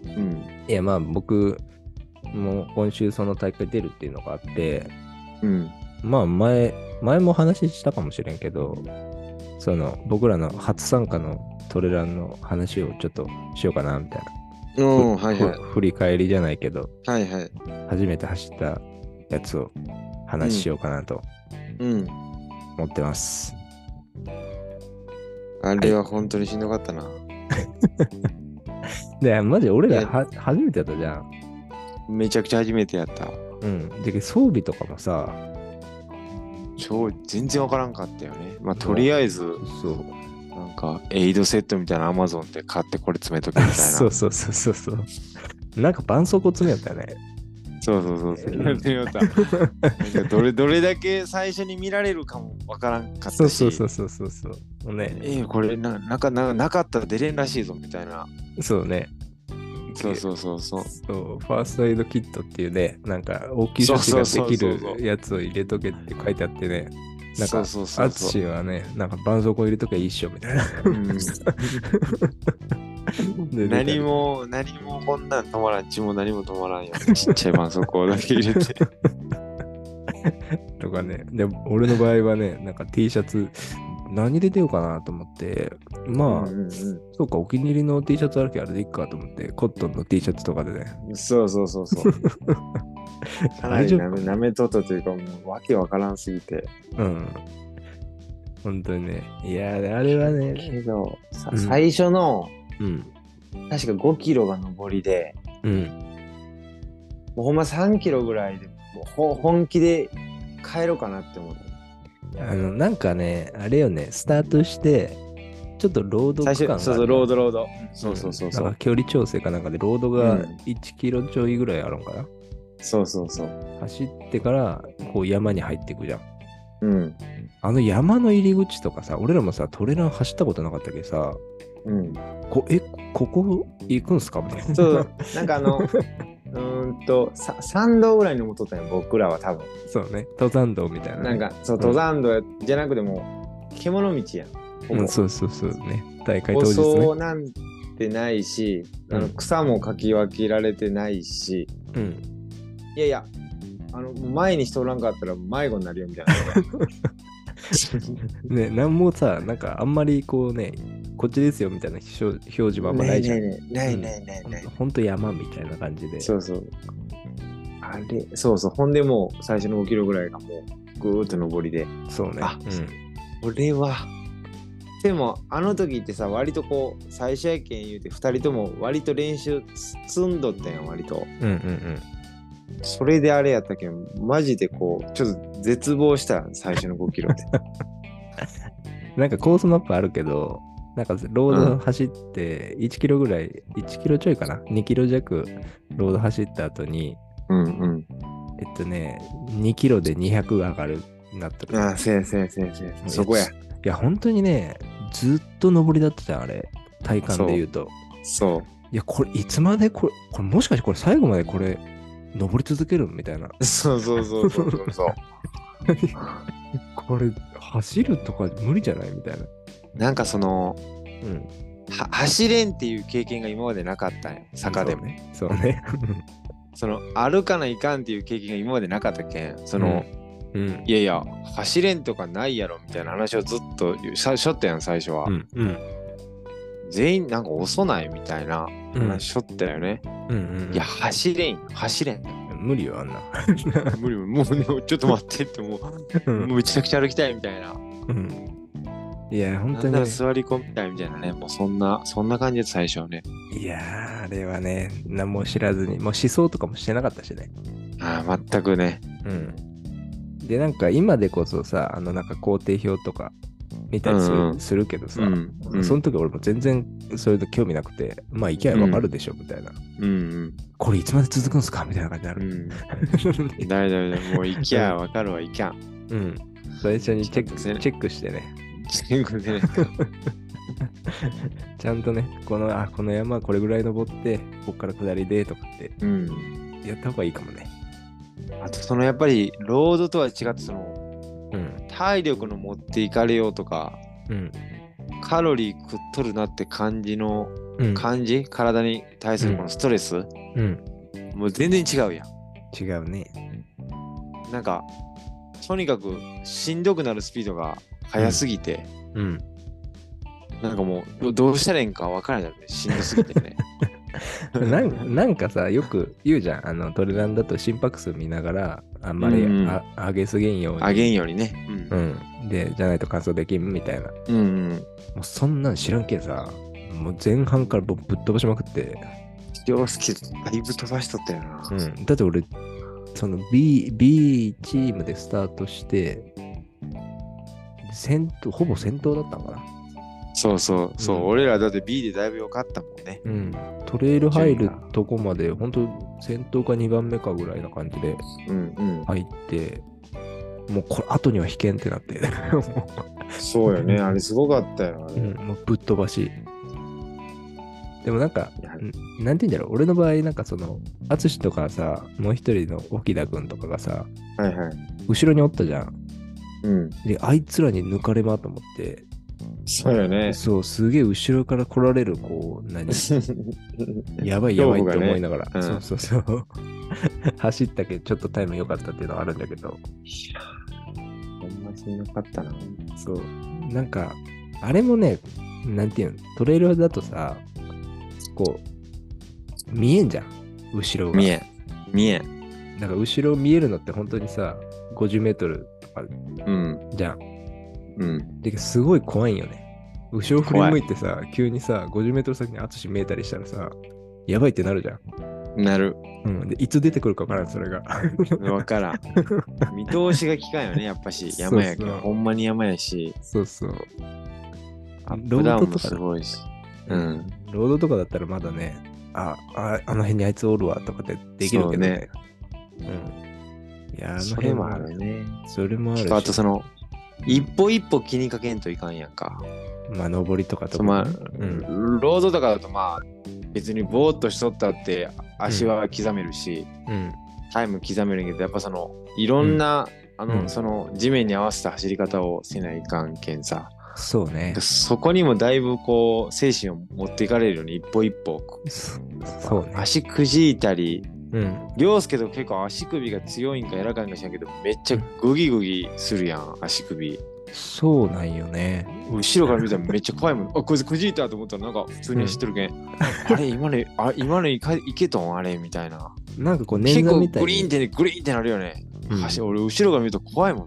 Speaker 2: うん。
Speaker 1: いやまあ僕も今週その大会出るっていうのがあって、
Speaker 2: うん。
Speaker 1: まあ前、前も話したかもしれんけど、その僕らの初参加のトレランの話をちょっとしようかなみたいな。
Speaker 2: うん、はいはい。
Speaker 1: ふ振り返りじゃないけど、
Speaker 2: はいはい。
Speaker 1: 初めて走ったやつを話しようかなと
Speaker 2: うん。
Speaker 1: 思ってます。
Speaker 2: あれは本当にしんどかったな。
Speaker 1: で、マジ俺ら
Speaker 2: え
Speaker 1: は初めてやったじゃん。
Speaker 2: めちゃくちゃ初めてやった。
Speaker 1: うん。で、装備とかもさ、
Speaker 2: 超全然わからんかったよね。まあ、とりあえず、
Speaker 1: そう。
Speaker 2: なんか、エイドセットみたいなアマゾンで買ってこれ詰めとけみたいな。
Speaker 1: そ
Speaker 2: そう
Speaker 1: うそうそうそうそう。なんか絆創膏詰めやったよね。
Speaker 2: そうそうそう。
Speaker 1: うん
Speaker 2: やってみようたなんかどれどれだけ最初に見られるかもわからんかったし。
Speaker 1: そうそうそうそうそうそう。もうね、
Speaker 2: ええこれななかななかったら出れんらしいぞみたいな。
Speaker 1: そうね。
Speaker 2: そうそうそうそう。
Speaker 1: そうファーストエイドキットっていうね、なんか応急処置ができるやつを入れとけって書いてあってね、なん
Speaker 2: そ
Speaker 1: か
Speaker 2: うそうそうそう。 *laughs*
Speaker 1: 淳はね、なんか絆創膏入れとけいいっしょみたいな。
Speaker 2: うん
Speaker 1: で
Speaker 2: 何も、何もこんなん止まらん、血も何も止まらんよ。ちっちゃい絆創膏だけ入れて。
Speaker 1: 出たりとかね。で、俺の場合はね、なんか T シャツ、何で出ようかなと思って、まあ、
Speaker 2: *laughs* うんうん
Speaker 1: そうか、お気に入りの T シャツあるけど、あれでいっかと思って、コットンの T シャツとかでね。
Speaker 2: うんそうそうそうそう。 *laughs* かな
Speaker 1: 大
Speaker 2: り
Speaker 1: 丈
Speaker 2: なめなめとったというか、もうわけわからんすぎて。
Speaker 1: うん。本当にね。いやー、あれはね、
Speaker 2: けど、さ
Speaker 1: うん
Speaker 2: 最初の、
Speaker 1: うん。
Speaker 2: 確か5キロが上りで、
Speaker 1: うん。
Speaker 2: もうほんま3キロぐらいで、もうほ本気で帰ろうかなって思う。
Speaker 1: あの、なんかね、あれよね、スタートして、ちょっとロード
Speaker 2: 最
Speaker 1: 感
Speaker 2: 初、
Speaker 1: があ
Speaker 2: そ
Speaker 1: る
Speaker 2: うそう、ロードロード。そうそうそうそ
Speaker 1: なん
Speaker 2: う
Speaker 1: か。距離調整かなんかで、ロードが
Speaker 2: うん
Speaker 1: 1キロちょいぐらいあるんかな。
Speaker 2: そうそうそう。
Speaker 1: 走ってから、こう山に入っていくじゃん。
Speaker 2: うん。
Speaker 1: あの山の入り口とかさ、俺らもさ、トレラン走ったことなかったけどさ、
Speaker 2: うん。
Speaker 1: こえ、ここ行くんすかみたいな。
Speaker 2: そう、なんかあの、う *laughs* ーんと、さ山道ぐらいにもとったんよ、僕らは多分。
Speaker 1: *laughs* そうね、登山道みたいなね。
Speaker 2: なんか、そう、登山道やじゃなくてもう、獣道やん。ほぼ
Speaker 1: うん、そうそうそうね。大会
Speaker 2: 舗
Speaker 1: 当日ね
Speaker 2: 装。なんてないし、あ
Speaker 1: う
Speaker 2: の
Speaker 1: ん
Speaker 2: 草もかき分けられてないし、
Speaker 1: うん。
Speaker 2: いやいや、あの、前に人おらんかったら迷子になるよみたいな。
Speaker 1: ね、なんもさ、なんかあんまりこうね、こっちですよみたいな表表示は *laughs* あんまないじゃん。
Speaker 2: ねえねえねえねえねえねえ
Speaker 1: ほんと山みたいな感じで。
Speaker 2: そうそう。あれ、そうそう。ほんでもう、最初の5キロぐらいがもう、ぐーっと上りで。
Speaker 1: そうね。
Speaker 2: あ
Speaker 1: うん
Speaker 2: 俺は。でも、あの時ってさ、割とこう、最初やけん言うて、2人とも割と練習積んどったんや、割と。
Speaker 1: うんうん
Speaker 2: それであれやったけん、マジでこう、ちょっと絶望した、最初の5キロで。
Speaker 1: うん。なんかコースマップあるけど、なんかロード走って1キロぐらい、1キロちょいかな、2キロ弱ロード走った後に、
Speaker 2: *laughs* うんうん。
Speaker 1: えっとね、2キロで200上がるなった時
Speaker 2: ああ、せやせやせやせや。そこや。
Speaker 1: いや、本当にね、ずっと上りだったじゃん、あれ。体感で言うと。
Speaker 2: そ
Speaker 1: いや、これ、いつまでこれ、これ、もしかしてこれ、最後までこれ、登り続けるみたいな。
Speaker 2: う。そうそうそうそうそうそう。
Speaker 1: *laughs* これ、走るとか無理じゃないみたいな。
Speaker 2: *laughs* なんかその、
Speaker 1: うん。
Speaker 2: は走れんっていう経験が今までなかったんよ坂でも、
Speaker 1: ね。そうね。
Speaker 2: その歩かないかんっていう経験が今までなかったけんその、
Speaker 1: うん。
Speaker 2: いやいや走れんとかないやろみたいな話をずっと言うさしょったやん最初は、
Speaker 1: うん。うん。
Speaker 2: 全員なんか遅ないみたいな
Speaker 1: うん
Speaker 2: 話しょったよね、
Speaker 1: うん。うん
Speaker 2: いや、走れんよ
Speaker 1: *laughs*
Speaker 2: 走れん
Speaker 1: 無理よ、あんな。
Speaker 2: 無理無理もうもうちょっと待ってっても
Speaker 1: う
Speaker 2: うもうめちゃくちゃ歩きたいみたいな
Speaker 1: うん。いや、本
Speaker 2: な
Speaker 1: 当
Speaker 2: ん
Speaker 1: に
Speaker 2: なら
Speaker 1: ね。
Speaker 2: 座り込みたいみたいなねもうそんなそんな感じで最初はね
Speaker 1: いやー、あれはね、何も知らずに、もう思想とかもしてなかったしね。
Speaker 2: ああ全くね
Speaker 1: うん。で、なんか今でこそさ、あの、なんか工程表とか見たりする,、
Speaker 2: うんうん
Speaker 1: するけどさ、
Speaker 2: うんうん
Speaker 1: その時俺も全然そういうの興味なくて、まあ行きゃわかるでしょ、みたいな。
Speaker 2: うん
Speaker 1: これいつまで続くんすかみたいな感じにな
Speaker 2: うんう
Speaker 1: る。
Speaker 2: んだいだいだいもう行きゃわかるわ行きゃん
Speaker 1: うん。最初にチェック
Speaker 2: ちゃんとね
Speaker 1: チェックしてね、
Speaker 2: 全国でね
Speaker 1: ちゃんとね、この、あ、この山はこれぐらい登って、こっから下りでとかって
Speaker 2: うん。
Speaker 1: やった方がいいかもね。
Speaker 2: あとそのやっぱりロードとは違ってその
Speaker 1: うん。
Speaker 2: 体力の持っていかれようとか
Speaker 1: うん。
Speaker 2: カロリー食っとるなって感じの
Speaker 1: うん。
Speaker 2: 感じ、体に対するこのストレス、
Speaker 1: うん。
Speaker 2: もう全然違うやん。
Speaker 1: 違うね。
Speaker 2: なんかとにかくしんどくなるスピードが速すぎて、
Speaker 1: うん。
Speaker 2: なんかもうどどうしたらいいんか分からないねしんどすぎてね。
Speaker 1: *laughs* *laughs* なんなんかさ、よく言うじゃん。あの、トレランだと心拍数見ながら、あんまりあ、
Speaker 2: うんうん
Speaker 1: 上げすぎんように。
Speaker 2: *laughs* あげんよりね。
Speaker 1: う
Speaker 2: うん
Speaker 1: ん。で、じゃないと乾燥できんみたいな。も
Speaker 2: うんうん。
Speaker 1: うそんなん知らんけんさ、もう前半からぶぶっ飛ばしまくって。
Speaker 2: 凌介だいぶ飛ばしとったよな。
Speaker 1: うん。だって俺、その B、B チームでスタートして、先頭、ほぼ先頭だったのかな。
Speaker 2: そうそうそう、
Speaker 1: うん
Speaker 2: 俺らだって B でだいぶ良かったもんね。
Speaker 1: うん。トレイル入るとこまで、本当先頭か2番目かぐらいな感じで。
Speaker 2: うんうん。
Speaker 1: 入って、もうこれ後には危険ってなって、も
Speaker 2: そうよね、あれすごかったよ。あ
Speaker 1: う
Speaker 2: れ
Speaker 1: うん *laughs* もうぶっ飛ばし。でもなんか、
Speaker 2: いや
Speaker 1: んなんて言うんだろう、俺の場合、なんかその、淳とかさ、もう一人の沖田君とかがさ、
Speaker 2: はいはい。
Speaker 1: 後ろにおったじゃん。
Speaker 2: うん。
Speaker 1: で、あいつらに抜かれまと思って、
Speaker 2: そうよね。
Speaker 1: そう、すげえ後ろから来られる、こう、
Speaker 2: *laughs*
Speaker 1: 何やばいやばいって思いながら、
Speaker 2: 恐怖がねうん
Speaker 1: そうそうそう。 *laughs* 走ったけど、ちょっとタイム良かったっていうのはあるんだけど、
Speaker 2: ほんまになかったな。
Speaker 1: そう。なんか、あれもね、なんていうの、トレイルだとさ、こう、見えんじゃん、後ろが。
Speaker 2: 見えん。見えん。
Speaker 1: なんか後ろ見えるのって本当にさ、50メートル
Speaker 2: うん。
Speaker 1: じゃん。
Speaker 2: うん。
Speaker 1: で、すごい怖いんよね。後ろ振り向いてさ、急にさ、50メートル先に淳見えたりしたらさ、やばいってなるじゃん。
Speaker 2: なる。
Speaker 1: うん、でいつ出てくるか分からん、それが。
Speaker 2: わから *laughs* ん。見通しが効かんよね、やっぱし。山やけ
Speaker 1: そう
Speaker 2: ど、
Speaker 1: そう
Speaker 2: ほんまに山やし。
Speaker 1: *laughs* そうそう。
Speaker 2: ア
Speaker 1: ロ
Speaker 2: ップ
Speaker 1: ード
Speaker 2: ダウ
Speaker 1: と
Speaker 2: ンも
Speaker 1: か
Speaker 2: す
Speaker 1: だ
Speaker 2: ごいし。うん。
Speaker 1: ロードとかだったらまだね、あ、ああの辺にあいつおるわとかでできるけどね。うん。いや、あの
Speaker 2: そ
Speaker 1: 辺
Speaker 2: れも
Speaker 1: は
Speaker 2: あるね。
Speaker 1: それもある
Speaker 2: あと
Speaker 1: し、
Speaker 2: その、一歩一歩気にかけんといかんやんか。
Speaker 1: まあ、登りとかと
Speaker 2: そ
Speaker 1: か
Speaker 2: う
Speaker 1: ね、
Speaker 2: まあ、
Speaker 1: うん。
Speaker 2: ロードとかだとまあ、別にぼーっとしとったって足は刻めるし、
Speaker 1: うん。
Speaker 2: タイム刻めるけど、やっぱその、いろんな、あの、
Speaker 1: うん
Speaker 2: その地面に合わせた走り方をせないかんけんさ、
Speaker 1: そうね。
Speaker 2: そこにもだいぶこう精神を持っていかれるように一歩一歩
Speaker 1: そそうね。
Speaker 2: 足くじいたり
Speaker 1: うん。
Speaker 2: 涼介とか結構足首が強いんか柔らかいんか知らんけどめっちゃグギグギするやん足首
Speaker 1: そうなんよね。
Speaker 2: 後ろから見たらめっちゃ怖いもんあこいつくじいたと思ったらなんか普通に走ってるけん、あれ今のあ今のいかいけとんあれみたいな
Speaker 1: なんかこう、
Speaker 2: 結
Speaker 1: 捻挫
Speaker 2: 構
Speaker 1: みたい
Speaker 2: グリーン
Speaker 1: に
Speaker 2: っ、てねグリーンってなるよね、
Speaker 1: うん
Speaker 2: 走俺後ろから見ると怖いもん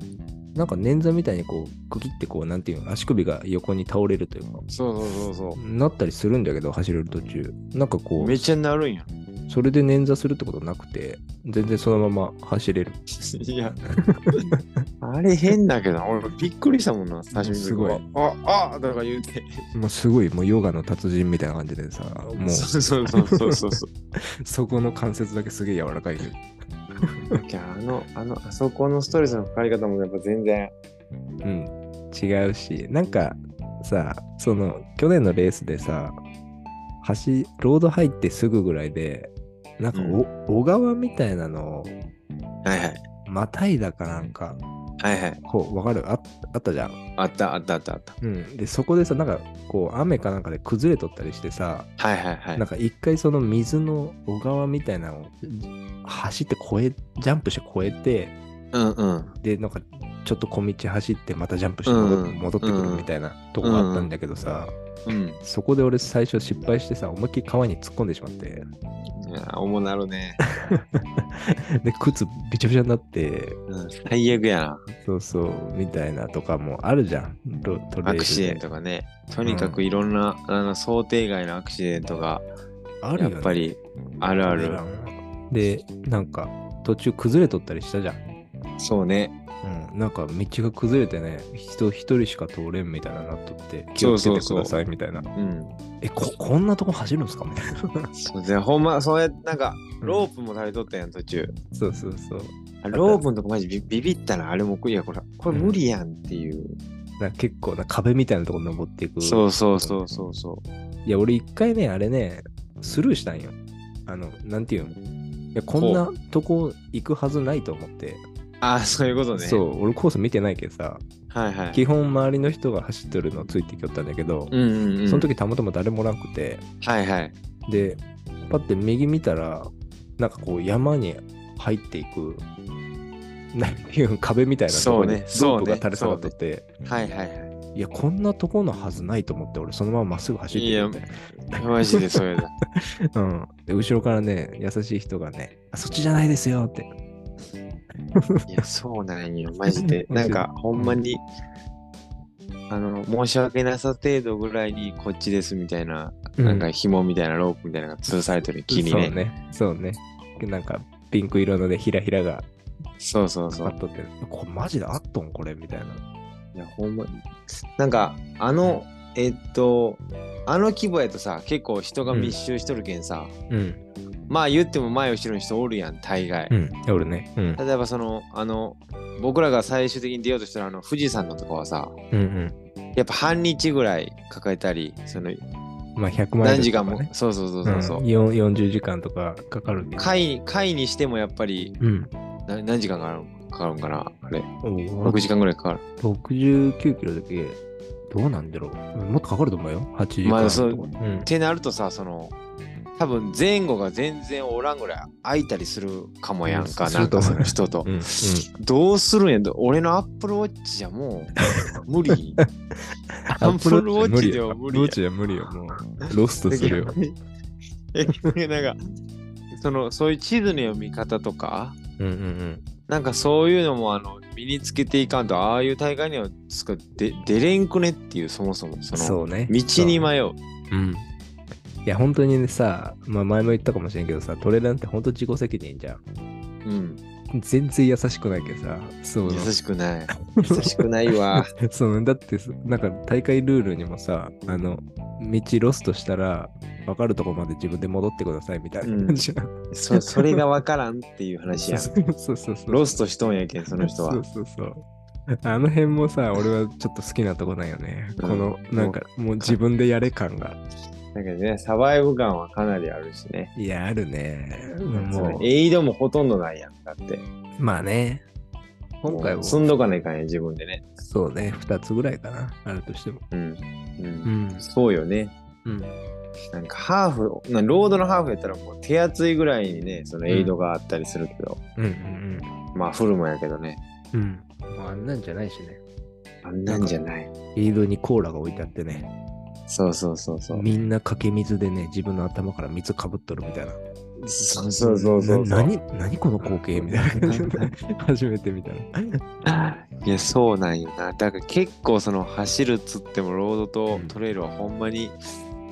Speaker 1: なんか捻挫みたいにこう、区切ってこう、なんていうの、足首が横に倒れるというか、
Speaker 2: そうそうそうそ
Speaker 1: なったりするんだけど、走れる途中。なんかこ
Speaker 2: う
Speaker 1: う、
Speaker 2: めっちゃなるんや
Speaker 1: それで捻挫するってことなくて、全然そのまま走れる。
Speaker 2: *laughs* いやあれ変だけどな、俺びっくりしたもんな、最初に。
Speaker 1: すごい。
Speaker 2: あ、あ、だから言うて。
Speaker 1: もうすごい、もうヨガの達人みたいな感じでさ、もう
Speaker 2: そうそうそうそうそうそう。
Speaker 1: そこの関節だけすげえ柔らかい。
Speaker 2: *laughs* いやあの、あの、あそこのストレスのかかり方もやっぱ全然。
Speaker 1: うん、違うし、なんかさ、その去年のレースでさ、橋、ロード入ってすぐぐらいで、なんかお、小川みたいなのを、
Speaker 2: はいはい。
Speaker 1: またいだかなんか、
Speaker 2: はいはい。
Speaker 1: こう、わかるああったじゃん。
Speaker 2: あったあったあったあった。
Speaker 1: うん。で、そこでさ、なんか、こう、雨かなんかで崩れとったりしてさ、
Speaker 2: はいはいはい
Speaker 1: なん。か一回その水の小川みたいなのを走って越え、ジャンプして越えて、
Speaker 2: うんうん。
Speaker 1: で、なんかちょっと小道走ってまたジャンプして戻って,、
Speaker 2: うん
Speaker 1: 戻ってくるみたいなとこがあったんだけどさ、
Speaker 2: うん。
Speaker 1: そこで俺最初失敗してさ、思いっきり川に突っ込んでしまって、
Speaker 2: いやー、重なるね。
Speaker 1: で、靴びちゃびちゃになって、
Speaker 2: うん、最悪やな。
Speaker 1: そうそう、みたいなとかもあるじゃん。ロトレイルで
Speaker 2: アクシデントがね。とにかくいろんな、あの想定外のアクシデントが、
Speaker 1: ある
Speaker 2: や
Speaker 1: よ、
Speaker 2: っ
Speaker 1: ね、
Speaker 2: ぱりあるあ
Speaker 1: トレ
Speaker 2: る
Speaker 1: ラ。ンで、なんか途中崩れとったりしたじゃん。
Speaker 2: そうね。
Speaker 1: うん、なんか道が崩れてね、人一人しか通れんみたいななっとって、気
Speaker 2: そ
Speaker 1: を
Speaker 2: う
Speaker 1: つけ
Speaker 2: そ
Speaker 1: て
Speaker 2: う
Speaker 1: く
Speaker 2: そう
Speaker 1: ださいみたいな。
Speaker 2: うん。
Speaker 1: え、こ、こんなとこ走るんですかみたいな。
Speaker 2: そうで、ほんま、そうや、なんか、ロープも足りとったやん、途中。
Speaker 1: そうそうそう。
Speaker 2: あロープのとこマジビビビったな、あれも、いや、これ、これ無理やんっていう。
Speaker 1: なんか結構な壁みたいなとこ登っていく。。
Speaker 2: そうそうそうそうそう
Speaker 1: いや、俺一回ね、あれね、スルーしたんよ。あの、なんていうのいや、こんなとこ行くはずないと思って。
Speaker 2: う。ああ、そういうことね。
Speaker 1: そう,、。俺コース見てないけどさ、
Speaker 2: はいはい。
Speaker 1: 基本周りの人が走ってるのついてきよったんだけど、
Speaker 2: うんうんうん。
Speaker 1: その時たまたま誰もおらんくて、
Speaker 2: はいはい。
Speaker 1: で、パって右見たら、なんかこう山に入っていく、なんていうの壁みたいなところに
Speaker 2: そうねそうね
Speaker 1: ロープが垂れ下がってて、
Speaker 2: はいはいはい
Speaker 1: や、こんなとこのはずないと思って、俺そのまままっすぐ走っていって、
Speaker 2: い。マジでそうや *laughs* だ。
Speaker 1: うん。で、後ろからね、優しい人がね、あそっちじゃないですよって。
Speaker 2: いや、そうなんよ、 *laughs* マジで。なんか、ほんまに、あの、申し訳なさ程度ぐらいに、こっちですみたいな、なんか、紐みたいなロープみたいなのが吊るされてる木に
Speaker 1: そう
Speaker 2: ね。
Speaker 1: ね。そうね。なんか、ピンク色のね、ひらひらが
Speaker 2: そうそうそ
Speaker 1: あ
Speaker 2: う
Speaker 1: っ。とって、これマジであっとんこれみたいな。
Speaker 2: いや、ほんまに。なんか、あの、えっと、あの規模やとさ、結構人が密集しとるけんさ、
Speaker 1: うん。
Speaker 2: まあ言っても前後ろに人おるやん、大概。
Speaker 1: うん。俺ね。うん。
Speaker 2: 例えばその、あの、僕らが最終的に出ようとしたら、あの、富士山のとこはさ、
Speaker 1: うんうん。
Speaker 2: やっぱ半日ぐらい抱えたり、その、
Speaker 1: まあ、100万円、
Speaker 2: 何時間も、そうそうそうそうそう。
Speaker 1: んよん40時間とかかかるけど。
Speaker 2: 回回にしてもやっぱり
Speaker 1: うん。
Speaker 2: な何時間かかるかかるんかなあれ
Speaker 1: お
Speaker 2: 6時間ぐらいかかる
Speaker 1: 69キロだけどうなんだろう。うんもっとかかると思うよ。8時間
Speaker 2: まあ
Speaker 1: とか。
Speaker 2: そうってなるとさその多分前後が全然おらんぐらい空いたりするかもやんか、
Speaker 1: うん
Speaker 2: なんか
Speaker 1: すると思
Speaker 2: そ
Speaker 1: う
Speaker 2: の人と、
Speaker 1: うん。うん。
Speaker 2: どうするんやと俺のアップルウォッチじゃも
Speaker 1: *laughs*
Speaker 2: う無理アップルウォッチでは無理
Speaker 1: アップル
Speaker 2: や
Speaker 1: ウォッチでは無理よ。もう、ロストするよ。
Speaker 2: え逆になんかそのそういう地図の読み方とか
Speaker 1: うんうんうん。
Speaker 2: なんかそういうのもあの身につけていかんとああいう大会にはつくで出れんくねっていうそもそもその
Speaker 1: そうね。
Speaker 2: 道に迷う
Speaker 1: うん。いや、本当にねさ、まあ前も言ったかもしれんけどさ、トレランって本当自己責任じゃん。
Speaker 2: うん、
Speaker 1: 全然優しくないけどさ、そう
Speaker 2: 優し
Speaker 1: *laughs*
Speaker 2: くない優しくないわ
Speaker 1: そのだってそなんか大会ルールにもさあの道ロストしたら分かるとこまで自分で戻ってくださいみたいな感じじゃん、
Speaker 2: そそれが分からんっていう話やん
Speaker 1: *laughs* そうそうそうそう
Speaker 2: ロストしとんやけんその人は
Speaker 1: そうそうそうあの辺もさ俺はちょっと好きなとこなんよね、
Speaker 2: うん
Speaker 1: このなんかもう自分でやれ感が
Speaker 2: なんかねサバイブ感はかなりあるしね
Speaker 1: いやあるね
Speaker 2: そ
Speaker 1: も
Speaker 2: のエイドもほとんどないやんだって
Speaker 1: うまあね今回
Speaker 2: も
Speaker 1: も
Speaker 2: う積んどかないかんやん自分でね
Speaker 1: そうね2つぐらいかなあるとしても
Speaker 2: うん、う
Speaker 1: うんん
Speaker 2: そうよね
Speaker 1: うん
Speaker 2: なんかハーフなロードのハーフやったらもう手厚いぐらいにねそのエイドがあったりするけど、
Speaker 1: うんうん
Speaker 2: まあフルもやけどね
Speaker 1: うんうんもうあんなんじゃないしね
Speaker 2: あんなんじゃない
Speaker 1: リードにコーラが置いてあってね
Speaker 2: そうそうそうそう
Speaker 1: みんなかけ水でね、自分の頭から水かぶっとるみたいな。
Speaker 2: そうそうそうそう
Speaker 1: な何、何この光景みたいな感じで、初めて見た
Speaker 2: *laughs*
Speaker 1: ら。
Speaker 2: いやそうなんよなだから結構その走るっつってもロードとトレイルはほんまに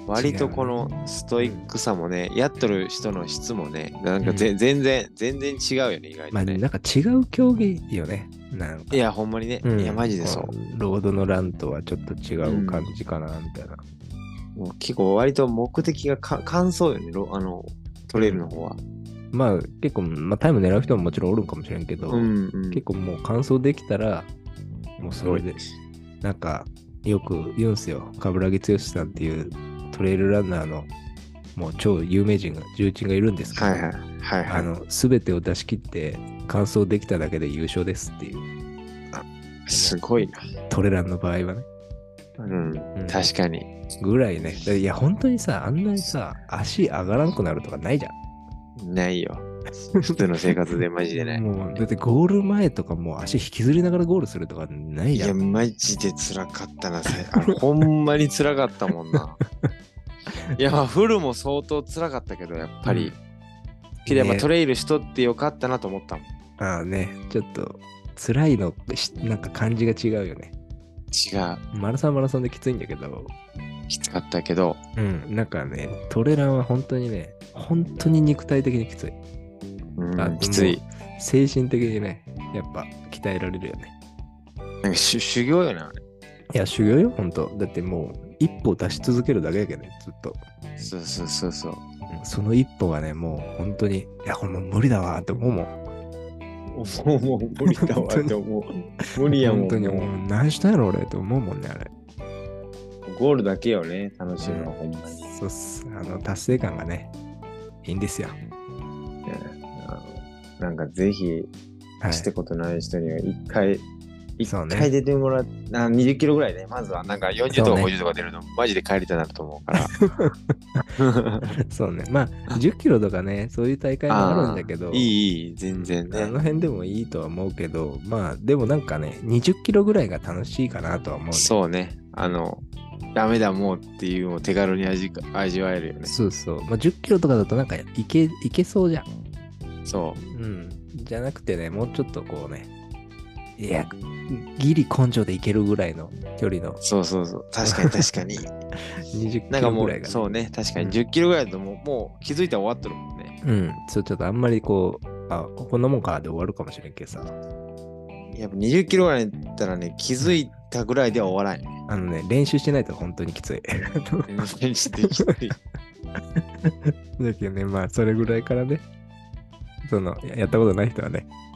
Speaker 2: 割とこのストイックさもねやっとる人の質もねなんかぜ、
Speaker 1: うん
Speaker 2: 全然全然違うよね意外
Speaker 1: まあ、
Speaker 2: と
Speaker 1: な
Speaker 2: ね、
Speaker 1: んか違う競技よね。なんか
Speaker 2: いやほんまにね、
Speaker 1: うん
Speaker 2: いやマジでそう
Speaker 1: ロードのランとはちょっと違う感じかな、みたいな。
Speaker 2: もう結構割と目的がか感想よねロあのトレイルの方は
Speaker 1: まあ、結構、まあ、タイム狙う人ももちろんおるんかもしれんけど、
Speaker 2: うん、うん、
Speaker 1: 結構もう完走できたら、もうそれで、なんか、よく言うんすよ。冠城剛さんっていうトレイルランナーの、もう超有名人が、重鎮がいるんですけど、
Speaker 2: はいはいはいは
Speaker 1: あ
Speaker 2: い
Speaker 1: の、すべてを出し切って、完走できただけで優勝ですっていう、
Speaker 2: すごいな
Speaker 1: トレランの場合はね。
Speaker 2: うん
Speaker 1: うん
Speaker 2: 確かに
Speaker 1: ぐらいね。だいや、本当にさ、あんなにさ、足上がらなくなるとかないじゃん。
Speaker 2: な
Speaker 1: *laughs*
Speaker 2: いよ普通の生活でマジでない
Speaker 1: もう、だってゴール前とかもう足引きずりながらゴールするとかない
Speaker 2: い
Speaker 1: じゃ
Speaker 2: や、
Speaker 1: ん。
Speaker 2: マジで辛かったな。せあのほんまに辛かったもんな。いや、まあ、フルも相当辛かったけど、やっぱり。けど、やっぱ
Speaker 1: ね
Speaker 2: トレイルしとってよかったなと思ったもん。
Speaker 1: ああね、ちょっと、辛いの、しなんか感じが違うよね。
Speaker 2: 違う。
Speaker 1: マラソンはマラソンできついんだけど、
Speaker 2: きつかったけど、
Speaker 1: うん、なんかね、トレランは本当にね、本当に肉体的にきつい。
Speaker 2: うん
Speaker 1: あ
Speaker 2: きつい。
Speaker 1: 精神的にね、やっぱ鍛えられるよね。
Speaker 2: なんかしゅ修行よな。あれ
Speaker 1: いや、修行よ、ほんと。だってもう、一歩出し続けるだけやけどね、ずっと。
Speaker 2: そうそうそうそう。
Speaker 1: うんその一歩がね、もう、本当に、いや、これもう無理だわって思うもん。
Speaker 2: もう、もう無理だわって思う。無理やもん。
Speaker 1: 本当に、
Speaker 2: も
Speaker 1: もう、何したんやろ、俺って思うもんね、あれ。
Speaker 2: うゴールだけよね、楽しいのは、ほんまに。
Speaker 1: そうっす。あの、達成感がね、いいんですよ。
Speaker 2: あのなんか、ぜひ、
Speaker 1: はい。
Speaker 2: したことない人には一回、一
Speaker 1: そうね
Speaker 2: 回出てもらって、あ20キロぐらいね、まずはなんか40とか
Speaker 1: そうね
Speaker 2: 50とか出るの、マジで帰りたいなと思
Speaker 1: *laughs*
Speaker 2: うから。
Speaker 1: そうね。まあ、10キロとかね、そういう大会もあるんだけど、
Speaker 2: いい、いい、全然
Speaker 1: あの
Speaker 2: ね。
Speaker 1: 辺でもいいとは思うけど、まあ、でもなんかね、20キロぐらいが楽しいかなとは思う、ね。
Speaker 2: そうね、あの、ダメだもうっていうのを手軽に味か味わえるよね。
Speaker 1: そうそう。まあ、10キロとかだとなんか、いけ、いけそうじゃん。
Speaker 2: そ
Speaker 1: うん、じゃなくてね、もうちょっとこうね、いや、ギリ根性でいけるぐらいの距離の
Speaker 2: う、そうそうそう、確かに確
Speaker 1: *laughs*
Speaker 2: かに。
Speaker 1: 20
Speaker 2: な
Speaker 1: キ
Speaker 2: んか
Speaker 1: ロ
Speaker 2: も、
Speaker 1: ぐらいうが、
Speaker 2: そうね、確か
Speaker 1: うん
Speaker 2: に10キロぐらいだともうもう気づいたら終わっとるもんね。
Speaker 1: うん、そうちょっとあんまりこう、あ、こんなもんかで終わるかもしれんけどさ、
Speaker 2: やっぱ20キロぐらいだったらね、気づいたぐらいでは終わらんよね。
Speaker 1: あのね、練習してないと本当にきつい。 *laughs*
Speaker 2: 全然してきて
Speaker 1: だけどね、まあ、それぐらいからね、その、ややったことない人はね、
Speaker 2: うん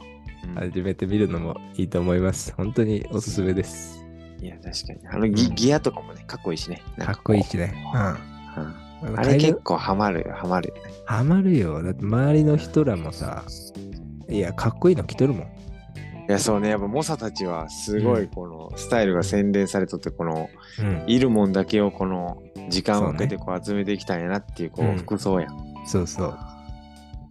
Speaker 1: 始めてみるのもいいと思います。本当におすすめです。
Speaker 2: いや、確かに。あのギ,、
Speaker 1: うん
Speaker 2: ギアとかもね、かっこいいしね。なん
Speaker 1: かっ
Speaker 2: こ
Speaker 1: こいいうしね。うん。
Speaker 2: うんあれ結構ハマるよ、ハマるよね。
Speaker 1: ハマるよ。だって周りの人らもさ、いや、かっこいいの着とるもん。
Speaker 2: いやそうねやっぱ猛者たちはすごいこのスタイルが洗練されとってこの
Speaker 1: うん、
Speaker 2: いるもんだけをこの時間をかけてこう集めてきたんやなっていうこ
Speaker 1: うん
Speaker 2: う服装や、
Speaker 1: そうそう。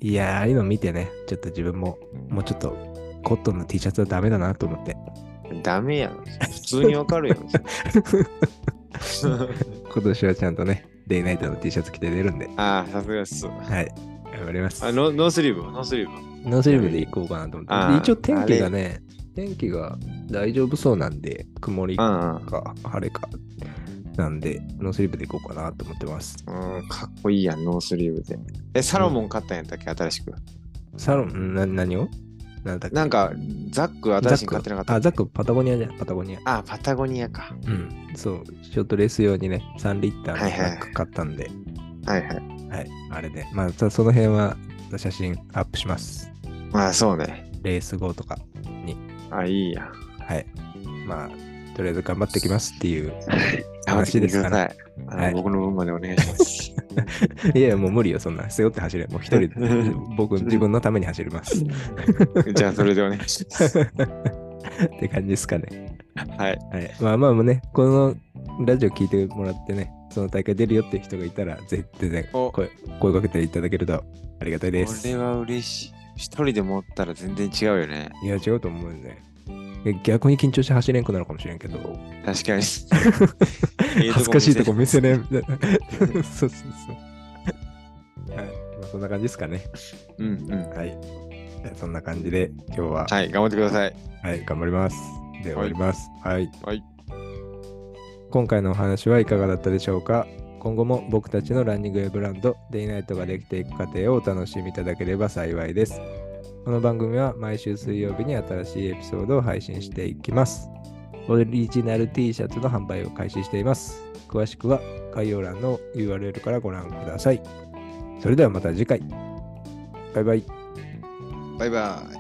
Speaker 1: いやー、ああいうの見てね、ちょっと自分も、もうちょっと、コットンの T シャツはダメだなと思って、 *laughs*
Speaker 2: ダメやん普通にわかるやん
Speaker 1: 今年はちゃんとね、デイナイトの T シャツ着て出るんで、
Speaker 2: ああさすがっす
Speaker 1: はい、頑張ります。
Speaker 2: あノノースリーブノースリーブ
Speaker 1: ノースリーブで行こうかなと思
Speaker 2: あ
Speaker 1: っ
Speaker 2: ー
Speaker 1: て。一応天気がね、天気が大丈夫そうなんで、曇り
Speaker 2: う
Speaker 1: か
Speaker 2: ん
Speaker 1: 晴れか。なんで、ノースリーブで行こうかなと思ってます。
Speaker 2: うん、うん、かっこいいやんノースリーブでえサロモン買ったんやったっけ新しく
Speaker 1: サロン、んな何をなんだっけ
Speaker 2: なんかザック新しいの買ってなかった
Speaker 1: あ、ザック、パタゴニアじゃん、パタゴニア。
Speaker 2: あパタゴニアか
Speaker 1: うん。そう、ショートレース用にね、3リッター
Speaker 2: は
Speaker 1: の
Speaker 2: い
Speaker 1: ザ
Speaker 2: はい
Speaker 1: ック買ったんで、はい
Speaker 2: はいはい
Speaker 1: あれで。まあ、たその辺は写真アップします。
Speaker 2: まあそうね
Speaker 1: レース後とか。
Speaker 2: あいいやん
Speaker 1: はい。まあ、とりあえず頑張ってきますって
Speaker 2: *laughs*
Speaker 1: いう。
Speaker 2: 頑張ってきてくださいあの
Speaker 1: はい
Speaker 2: 僕の分までお願い
Speaker 1: *laughs*
Speaker 2: します
Speaker 1: いやいや、もう無理よ、そんな。背負って走れ。もう一
Speaker 2: *laughs*
Speaker 1: 人で僕、自分のために走ります。 *laughs*
Speaker 2: じゃあそれでお願いします
Speaker 1: って感じですかね。
Speaker 2: はい
Speaker 1: はい。まあまあもうね、このラジオ聞いてもらってね、その大会出るよっていう人がいたら、ぜ全然
Speaker 2: お
Speaker 1: 声声かけていただけるとありがたいで
Speaker 2: こ
Speaker 1: す。
Speaker 2: れは嬉しい一人で持ったら全然違うよね
Speaker 1: いや、違うと思うよね。え逆に緊張して走れんくなるかもしれんけど、
Speaker 2: 確かに
Speaker 1: 恥ずかしいとこ
Speaker 2: ええ
Speaker 1: 見せねえみたいな。 *laughs* そうそうそう。はい。まあ、そんな感じですかね。
Speaker 2: 見せうんうん
Speaker 1: はい。じゃあそんな感じで、今日は、
Speaker 2: はい頑張ってください
Speaker 1: はい、頑張ります。で、終わります。はい。
Speaker 2: はい
Speaker 1: 今回のお話はいかがだったでしょうか今後も僕たちのランニングウェブランド、デイナイトができていく過程をお楽しみいただければ幸いです。この番組は毎週水曜日に新しいエピソードを配信していきます。オリジナル T シャツの販売を開始しています。詳しくは概要欄の URL からご覧ください。それではまた次回。バイバイ。
Speaker 2: バイバイ